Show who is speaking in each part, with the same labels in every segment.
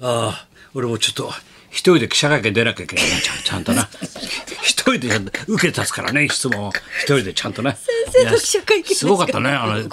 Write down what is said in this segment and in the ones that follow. Speaker 1: ああ、俺もちょっと、一人で記者会見出なきゃいけないな、ちゃんちゃんとな。一人で受け立つからね、質問を。一人でちゃんとね。
Speaker 2: 先生の記者会見
Speaker 1: いやすごかったね、あの、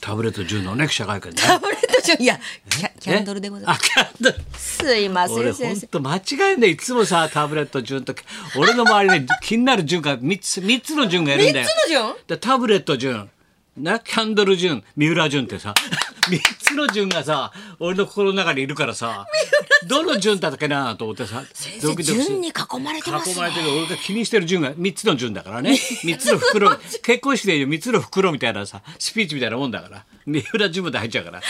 Speaker 1: タブレット10のね、記者会見ね。
Speaker 2: タブレットじゃいやキャキャンドルでございま
Speaker 1: あ、キャンドル。
Speaker 2: すすいませ
Speaker 1: 俺
Speaker 2: ん
Speaker 1: ほ
Speaker 2: 先
Speaker 1: ん
Speaker 2: 生
Speaker 1: と間違えんだよいつもさタブレット順とか俺の周りに気になる順が3つ三つの順がいるんだよ
Speaker 2: 三つの順
Speaker 1: でタブレット順なキャンドル順三浦順ってさ 三つの順がさ俺の心の中にいるからさどの順だったっけなと思ってさ
Speaker 2: 先
Speaker 1: ドキド
Speaker 2: 生
Speaker 1: キする
Speaker 2: 順に囲まれてます
Speaker 1: 囲まれ
Speaker 2: ね
Speaker 1: てる俺が気にしてる順が3つの順だから ね3つの袋結婚式でいう3つの袋みたいなさスピーチみたいなもんだから三浦順まで入っちゃうから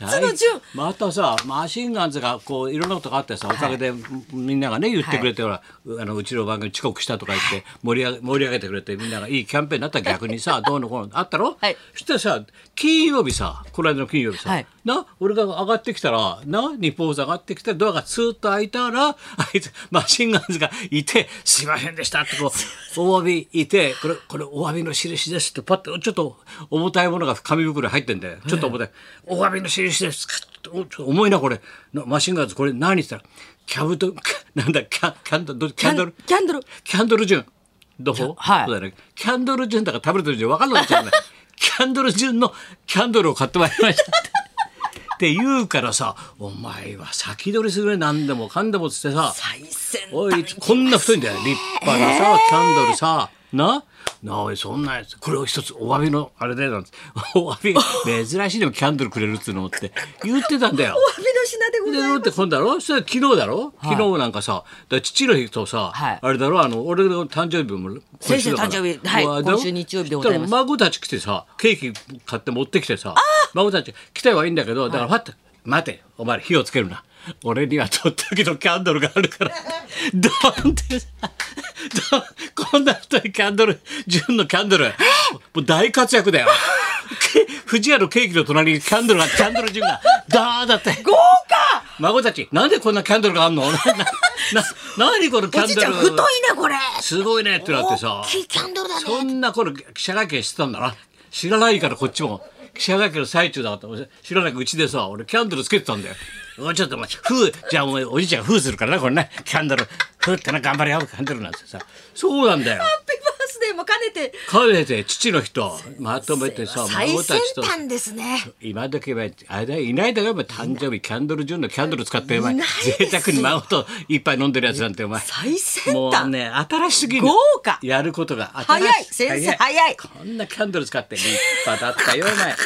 Speaker 2: 三つの順
Speaker 1: またさマシンガンズがこういろんなことがあってさおかげでみんながね言ってくれて、ほらあのうちの番組遅刻したとか言って盛り上げ盛り上げてくれてみんながいいキャンペーンになったら逆に さどうのこうのあったろ、
Speaker 2: はい
Speaker 1: そしたらさ金曜日さこの間の金曜日さ、
Speaker 2: はい
Speaker 1: な俺が上がってきたらな日本放送上がってきたらドアがスーッと開いたらあ いつマシンガンズがいて「すいませんでした」ってこう お詫びいて「これこれお詫びの印です」ってパッとちょっと重たいものが紙袋に入ってんでちょっと重たい「お詫びの印です」おちょっと重いなこれなマシンガンズこれ何って言ったら「キャブとなんだキャキャンドルキャンドル
Speaker 2: キャンドル
Speaker 1: キャンドル順。どこ
Speaker 2: はい
Speaker 1: そうだね。キャンドル順だから食べると順分かんなくなっちゃうんだキャンドル順のキャンドルを買ってまいりましたって。って言うからさ、お前は先取りするね、何でもかんでもっつってさ。
Speaker 2: 最先
Speaker 1: おい、
Speaker 2: 端
Speaker 1: こんな太いんだよ。立派なさ、キャンドルさ。ななあおい、そんなやつ。これを一つお詫びの、あれだよ、なんて。お詫び、珍しいでもキャンドルくれるっつうのって言ってたんだよ。
Speaker 2: お詫びの品でご
Speaker 1: で
Speaker 2: ざい
Speaker 1: だ
Speaker 2: ま
Speaker 1: って今度だろそれ昨日だろ、昨日なんかさだ父の日とさ、
Speaker 2: はい
Speaker 1: あれだろあの俺の誕生日も今週だから
Speaker 2: 先生誕生日はい
Speaker 1: もうあれだろ
Speaker 2: 今週日曜日でございます
Speaker 1: だから孫たち来てさケーキ買って持ってきてさ孫たち来たはいいんだけどだからパッと、待てお前火をつけるな俺にはとっておきのキャンドルがある からドーンってさドーンこんな太いキャンドル純のキャンドルもう大活躍だ よけ藤屋のケーキの隣にキャンドルがキャンドル純がダーだって
Speaker 2: 豪華
Speaker 1: 孫たち、なんでこんなキャンドルがあんの な、な、何このキャ
Speaker 2: おじ
Speaker 1: ン
Speaker 2: いち
Speaker 1: ド
Speaker 2: ゃん
Speaker 1: ル
Speaker 2: 太いねこれ
Speaker 1: すごいねってなってさ
Speaker 2: 大。きいキャンドルだね
Speaker 1: そんな頃記者会見してたんだな。知らないからこっちも。記者会見の最中だった。知らなくうちでさ、俺キャンドルつけてたんだよ。おいちょっとお前、ふう、じゃあお前おじいちゃんがふうするからな、これね。キャンドル、ふうってな、頑張れよ、キャンドルなんてさ。そうなんだよ。
Speaker 2: ハッピーバースデーも兼ねて
Speaker 1: かねて父の人、まとめてさ、
Speaker 2: 最
Speaker 1: 孫た
Speaker 2: 先
Speaker 1: ちと。
Speaker 2: 端ですね
Speaker 1: 今だけはあれだよいないだけは誕生日キャンドル順のキャンドル使ってお前
Speaker 2: いないで
Speaker 1: 贅
Speaker 2: す
Speaker 1: 沢に孫と一杯飲んでるやつなんてお前
Speaker 2: 最先
Speaker 1: もう
Speaker 2: 端
Speaker 1: ね新しすぎる
Speaker 2: 豪華
Speaker 1: やることが
Speaker 2: 早い
Speaker 1: 新し
Speaker 2: 先生早い
Speaker 1: こんなキャンドル使って立派だったよお 前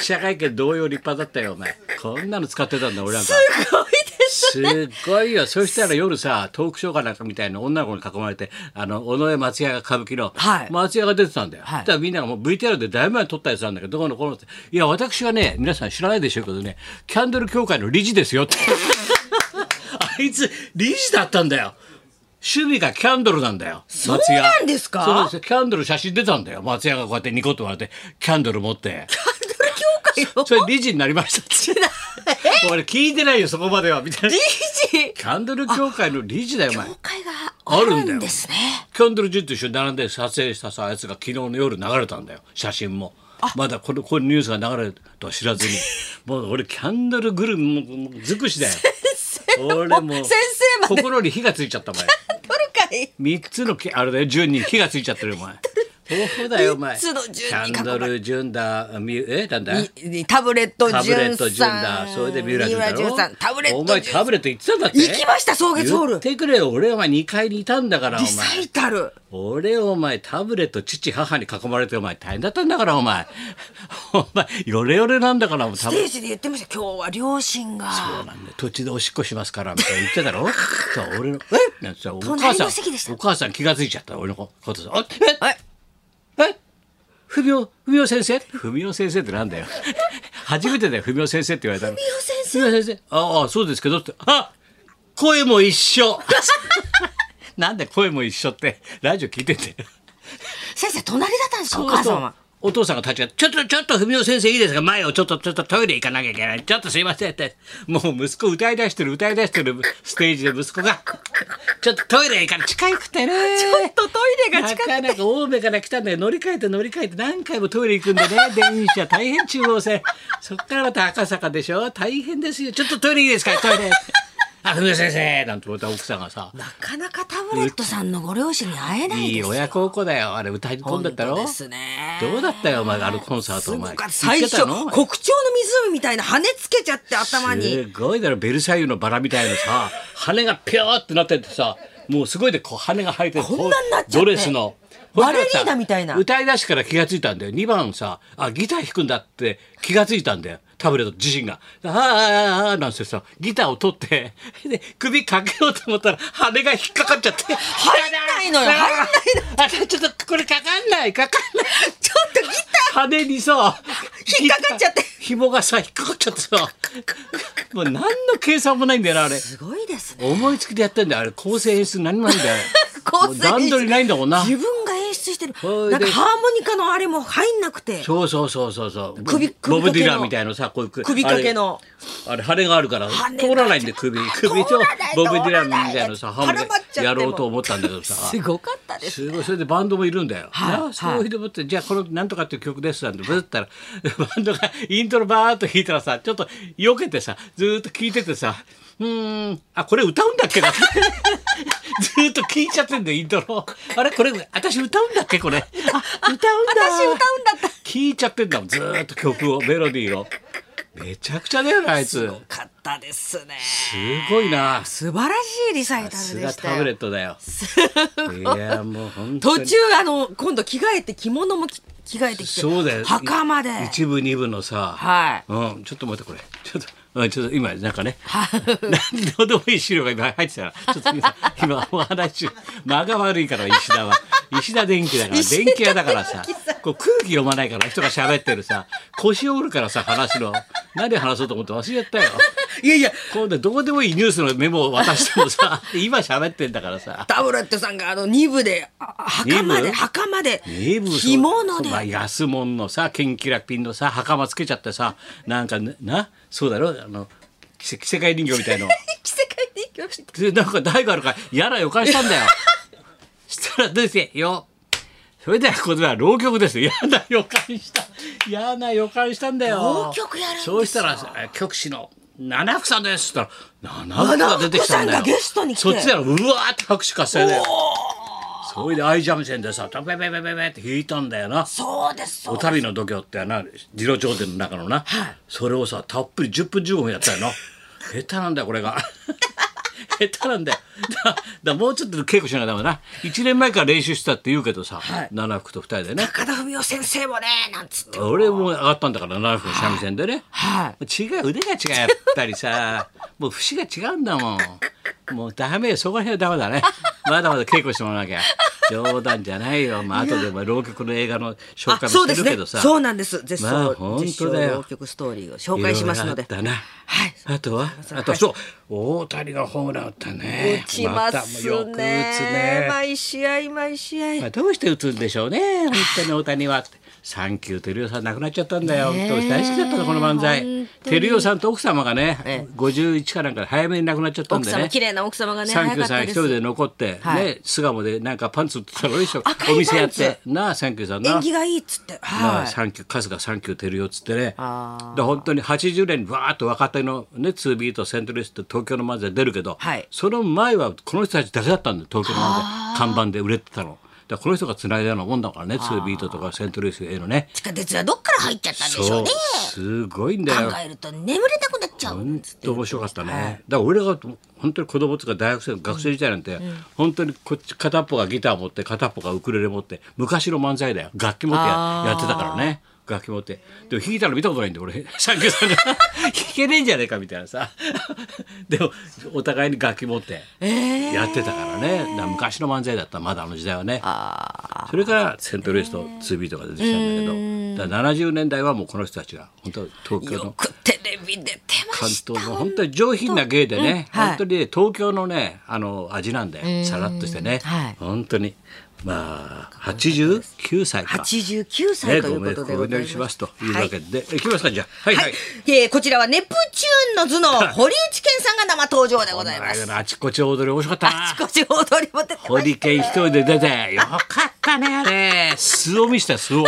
Speaker 1: 記者会見同様立派だったよお前こんなの使ってたんだ俺なんか
Speaker 2: すごいです
Speaker 1: すごいよ。そしたら夜さ、トークショーかなんかみたいな女の子に囲まれて、あの、尾上松也が歌舞伎の、
Speaker 2: はい
Speaker 1: 松也が出てたんだよ。
Speaker 2: はい
Speaker 1: だからみんながもう VTR でだいぶ前に撮ったやつなんだけど、どこのこうのって。いや、私はね、皆さん知らないでしょうけどね、キャンドル協会の理事ですよって。あいつ、理事だったんだよ。趣味がキャンドルなんだよ。松屋
Speaker 2: そうなんですか
Speaker 1: そうです。キャンドル写真出たんだよ。松屋がこうやってニコッと笑って、キャンドル持って。
Speaker 2: キャンドル協
Speaker 1: それ理事になりましたって。俺聞いてないよ、そこまでは。みたいな
Speaker 2: 会の理。事
Speaker 1: キャンドル協会の理事だよ、お前
Speaker 2: 協。会が
Speaker 1: あ
Speaker 2: あ
Speaker 1: るんだよ
Speaker 2: るんですね
Speaker 1: キャンドルジュンと一緒に並んで撮影したさ、あいつが昨日の夜流れたんだよ、写真も。まだこのこのニュースが流れるとは知らず に。もう俺、キャンドルグルメももう尽くしだよ。俺もう
Speaker 2: 先生まで
Speaker 1: 心に火がついちゃった、お前。
Speaker 2: キャンドル会
Speaker 1: 三つのきあれだよ順に火がついちゃってるお前。豊富だよお前。
Speaker 2: 三つの順に
Speaker 1: キャンドル順だみえなんだ。
Speaker 2: にタブレット
Speaker 1: タブレ
Speaker 2: 潤
Speaker 1: ット順
Speaker 2: さ
Speaker 1: だ
Speaker 2: ん
Speaker 1: それで三浦順だろ
Speaker 2: 三浦さんタブレット
Speaker 1: お前
Speaker 2: 潤
Speaker 1: タブレット行ってたんだって
Speaker 2: 行きました草月ホール
Speaker 1: 言ってくれよ俺はお前2階にいたんだからお
Speaker 2: リ
Speaker 1: 前
Speaker 2: サイタル
Speaker 1: 俺お前タブレット父母に囲まれてお前大変だったんだからお前 お前ヨレヨレなんだからお前タ
Speaker 2: ス
Speaker 1: ブ
Speaker 2: テージで言ってました今日は両親
Speaker 1: そう
Speaker 2: が
Speaker 1: なんだよ土地でおしっこしますからみたいな言ってたろ そう俺の「えなんてさお母
Speaker 2: 隣
Speaker 1: さ
Speaker 2: の席でし
Speaker 1: ん
Speaker 2: た
Speaker 1: お母さん気が付いちゃった俺のことさ「あ
Speaker 2: はい
Speaker 1: ええ文雄文雄先生文雄先生ってなんだよ初めてだよ文雄先生って言われたの文
Speaker 2: 雄先
Speaker 1: 生文雄先生ああそうですけどってあ声も一緒 なんで声も一緒ってラジオ聞いてて
Speaker 2: 先生隣だったんですかお母さんは
Speaker 1: お父さんが立ち上がって、ちょっと、ちょっと、文雄先生いいですか前をちょっと、ちょっとトイレ行かなきゃいけない。ちょっとすいませんって。もう息子歌い出してる、歌い出してるステージで息子が、ちょっとトイレ行かな近くてね。
Speaker 2: っとトイレ
Speaker 1: なかなか青梅から来たんだよ乗り換えて乗り換えて何回もトイレ行くん でね電車大変 中央線そっからまた赤坂でしょ大変ですよちょっとトイレいいですかトイレあ文雄先生なんて言われた奥さんがさ
Speaker 2: なかなかタブレットさんのご両親に会えないです
Speaker 1: い
Speaker 2: よ
Speaker 1: い親孝行だよあれ歌い込んだったろ
Speaker 2: 本当ですね
Speaker 1: どうだったよお前あのコンサートお前
Speaker 2: すごかった最初
Speaker 1: 行っちゃった
Speaker 2: 国
Speaker 1: の
Speaker 2: 鳥の湖みたいな羽つけちゃって頭に
Speaker 1: すごいだろベルサイユのバラみたいなさ羽がピョーってなっててさもうすごいでこう羽が生えてる
Speaker 2: こんなになっちゃって
Speaker 1: ドレスの
Speaker 2: バレリーナみたいな
Speaker 1: ほんでさ歌い出しから気がついたんだよ2番さあギター弾くんだって気がついたんだよタブレット自身が「あーあーあーあー」なんてさギターを取ってで首かけようと思ったら羽が引っかかっちゃって入
Speaker 2: んないのよ入んない
Speaker 1: のちょっとこれかかんないかかんない
Speaker 2: ちょっとギ
Speaker 1: 羽にさ
Speaker 2: 引っかかっちゃって
Speaker 1: 紐がさ引っかかっちゃってさもう何の計算もないんだよなあれ
Speaker 2: ターすごいですね
Speaker 1: 思いつきでやってんだよあれ構成演出何もないんだよ
Speaker 2: 構成演出
Speaker 1: もう段取りないんだもんな
Speaker 2: 自分が演出してる
Speaker 1: ほいで
Speaker 2: なんかハーモニカのあれも入んなくて
Speaker 1: そうそうそうそうそう
Speaker 2: 首首
Speaker 1: ボブ・
Speaker 2: 掛
Speaker 1: デ
Speaker 2: けの
Speaker 1: ィランみたいなさこういう首
Speaker 2: 首掛けの
Speaker 1: あれあれ羽があるから
Speaker 2: 羽が
Speaker 1: 通らないんで首首
Speaker 2: 通
Speaker 1: と
Speaker 2: らない
Speaker 1: ボブ・ディランみたいなさ
Speaker 2: 通ら
Speaker 1: ハ
Speaker 2: な
Speaker 1: ム
Speaker 2: い絡まっちゃって
Speaker 1: で
Speaker 2: も
Speaker 1: やろうと思ったんだけどさ
Speaker 2: すごかったです
Speaker 1: すごいそれでバンドもいるんだよ。
Speaker 2: はい
Speaker 1: な
Speaker 2: はい
Speaker 1: そういうでもってじゃあこの「なんとか」っていう曲ですなんてブズったらバンドがイントロバーッと弾いたらさちょっと避けてさずーっと聴いててさうーんあこれ歌うんだっけな ずーっと聴いちゃってんだよイントロあれこれ私歌うんだっけこれあ歌うんだ
Speaker 2: 私歌うんだった
Speaker 1: 聴いちゃってんだもんずーっと曲をメロディーをめちゃくちゃだよなあいつ
Speaker 2: すごかったですね
Speaker 1: すごいな
Speaker 2: 素晴らしいリサイタ
Speaker 1: さす
Speaker 2: ルで
Speaker 1: が
Speaker 2: した
Speaker 1: タブレ
Speaker 2: よ
Speaker 1: ットだよいやもう本当
Speaker 2: 途
Speaker 1: に
Speaker 2: 中あの今度着替えて着物も着着替えてきて
Speaker 1: そうだよ
Speaker 2: 袴で
Speaker 1: い 一部二部のさ、
Speaker 2: はい
Speaker 1: うん、ちょっと待ってこれちょっと、うん、ちょっと今なんかね
Speaker 2: はい
Speaker 1: 何どうでもいい資料が今入ってたらちょっと 今今お話し間が悪いから石田は石田電機だから
Speaker 2: 石田
Speaker 1: 電気屋だからさこう空気読まないから人が喋ってるさ腰を折るからさ話の何話そうと思って忘れちゃったよ
Speaker 2: いやいや
Speaker 1: 今度どうでもいいニュースのメモを渡してもさ今喋ってんだからさ
Speaker 2: タブレットさんがあの2部であ袴
Speaker 1: 二
Speaker 2: で
Speaker 1: 部
Speaker 2: 袴で
Speaker 1: ね部
Speaker 2: 着物で
Speaker 1: まあ、安物のさケンキラピンのさ袴つけちゃってさなんかねなそうだろあの着せ着せ替え人形みたいの
Speaker 2: 着せ替えていきました
Speaker 1: で なんか台があるから嫌な予感したんだ よしたらどうしてよそれではここでは浪曲です嫌な予感した嫌な予感したんだよ
Speaker 2: 浪曲やるんですよ
Speaker 1: そうしたらさ曲師の七福さんですって言ったら七福が出てきたんだよ
Speaker 2: 七福さんがゲストに来て
Speaker 1: そっちだろうわーって拍手喝采だよそれでアイジャム線でさペペペペペペって弾いたんだよな
Speaker 2: そうですそう
Speaker 1: お
Speaker 2: です
Speaker 1: たびの度胸ってな自動調整の中のな、それをさたっぷり10分15分やった よな下手なんだよこれが 下手なんだよだだもうちょっと稽古しなきゃダメだな1年前から練習したって言うけどさ、
Speaker 2: はい
Speaker 1: 七福と2人でね
Speaker 2: 高田文夫先生もねなんつって
Speaker 1: 俺も上がったんだから七福の三味線でね、
Speaker 2: は
Speaker 1: 違う腕が違うやったりさ もう節が違うんだもんもうダメよそこら辺はダメ だねまだまだ稽古してもらわなきゃ冗談じゃないよまあ後でまあ浪曲の映画の紹介
Speaker 2: あ
Speaker 1: も
Speaker 2: そうで
Speaker 1: してる
Speaker 2: す
Speaker 1: け
Speaker 2: ね
Speaker 1: どさ、
Speaker 2: そうなんです絶
Speaker 1: まあ
Speaker 2: 唱
Speaker 1: 本
Speaker 2: 絶
Speaker 1: 当
Speaker 2: 唱
Speaker 1: だよ
Speaker 2: 浪曲ストーリーを紹介しますので
Speaker 1: いろいろあったな
Speaker 2: はい
Speaker 1: あとはあと
Speaker 2: はい
Speaker 1: そう大谷がホームラン打ったね
Speaker 2: 打ちますね,、
Speaker 1: またもうよく打つね、
Speaker 2: 毎試合毎試合、
Speaker 1: まあどうして打つんでしょうね本当に大谷はサンキュー照代さん亡くなっちゃったんだよ、
Speaker 2: ねえ
Speaker 1: 本当大好きだったのこの漫才
Speaker 2: 本
Speaker 1: 照代さんと奥様がね、
Speaker 2: ええ
Speaker 1: 51かなんかで早めに亡くなっちゃったん
Speaker 2: 奥
Speaker 1: で
Speaker 2: 様
Speaker 1: ね
Speaker 2: 綺麗な奥様がね
Speaker 1: サン
Speaker 2: 早
Speaker 1: キュ
Speaker 2: か
Speaker 1: ー
Speaker 2: っ
Speaker 1: さん
Speaker 2: た
Speaker 1: 一
Speaker 2: です
Speaker 1: 人で残って、
Speaker 2: はい
Speaker 1: ね巣鴨でなんかパンツ売ってたのでしょ
Speaker 2: 赤いパンツ
Speaker 1: お店やってなあサンキューさんな
Speaker 2: 演技がいいっつって
Speaker 1: ま
Speaker 2: は
Speaker 1: あ、
Speaker 2: い
Speaker 1: サンキュー春日サンキュー照代っつってね
Speaker 2: あー
Speaker 1: で本当に80年にわーっと若手のね2ビートセントリスト東京の漫才出るけど、
Speaker 2: はい
Speaker 1: その前はこの人たちだけだったんで東京の漫才看板で売れてたの。だからこの人がつないだようなもんだからね2ビートとかセントリスへのね
Speaker 2: 地下鉄はどっから入っちゃったんでしょうね
Speaker 1: すごいんだよ
Speaker 2: 考えると眠れなくなっちゃう
Speaker 1: 本当面白かったね、だから俺が本当に子供とか大学生学生時代なんて、本当にこっち片っぽがギター持って片っぽがウクレレ持って昔の漫才だよ楽器持ってや
Speaker 2: あー
Speaker 1: やってたからね楽器持ってでも弾いたの見たことないんで俺 三ンさんが弾けねえんじゃねえかみたいなさ でもお互いに楽器持ってやってたからね、だから昔の漫才だったまだあの時代はねそれからセントルイスとツービートが出てきたんだけどだから70年代はもうこの人たちが本当東京の
Speaker 2: よくテレビ出てま
Speaker 1: 関
Speaker 2: した
Speaker 1: 東の本当に上品な芸でね、
Speaker 2: うんはい
Speaker 1: 本当にね東京のねあの味なんでさらっとしてね、
Speaker 2: はい
Speaker 1: 本当にまあ89歳か。
Speaker 2: 89
Speaker 1: ね、
Speaker 2: 歳とい
Speaker 1: ご
Speaker 2: う
Speaker 1: 冥福
Speaker 2: こと
Speaker 1: を
Speaker 2: で
Speaker 1: お
Speaker 2: ご
Speaker 1: 祈
Speaker 2: ざいま
Speaker 1: り
Speaker 2: す
Speaker 1: しますというわけで、い、きますかじゃあはい
Speaker 2: は
Speaker 1: はい
Speaker 2: い、えーこちらはネプチューンの頭脳堀内健さんが生登場でございます。
Speaker 1: この間のあちこち踊り面白かったな
Speaker 2: あちこち踊りも出てま
Speaker 1: ホ
Speaker 2: す
Speaker 1: リケン一人で出てよかったねあれ素を見せた素を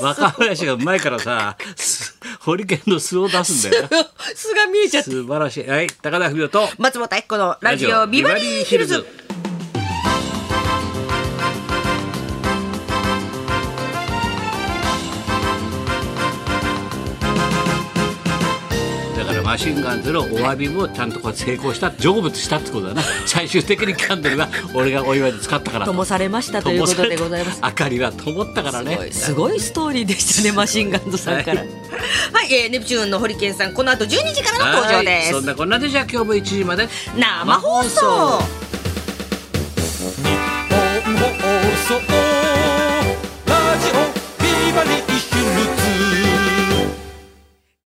Speaker 1: 若林がうまいからさ素ホリケンの素を出すん だよな。
Speaker 2: 素が見えちゃった。
Speaker 1: 素晴らしい。はい、高田文夫と。
Speaker 2: 松本明子のラジオビバリーヒルズ。
Speaker 1: だからマシンガンズのお詫びもちゃんとこう成功した成仏したって ことだな最終的にキャンドルは俺がお祝いで使ったから
Speaker 2: ともされましたということでございま
Speaker 1: 灯され
Speaker 2: す
Speaker 1: た明かりはと思ったからね
Speaker 2: すごいすごいストーリーでしたねマシンガンズさんから。
Speaker 1: は
Speaker 2: はいい、えーネプチューンのホリケンさんこの後12時からの登場で
Speaker 1: はい
Speaker 2: す
Speaker 1: そん。なこんなでじゃあ今日も1時まで
Speaker 2: 生放送。
Speaker 1: 日本放送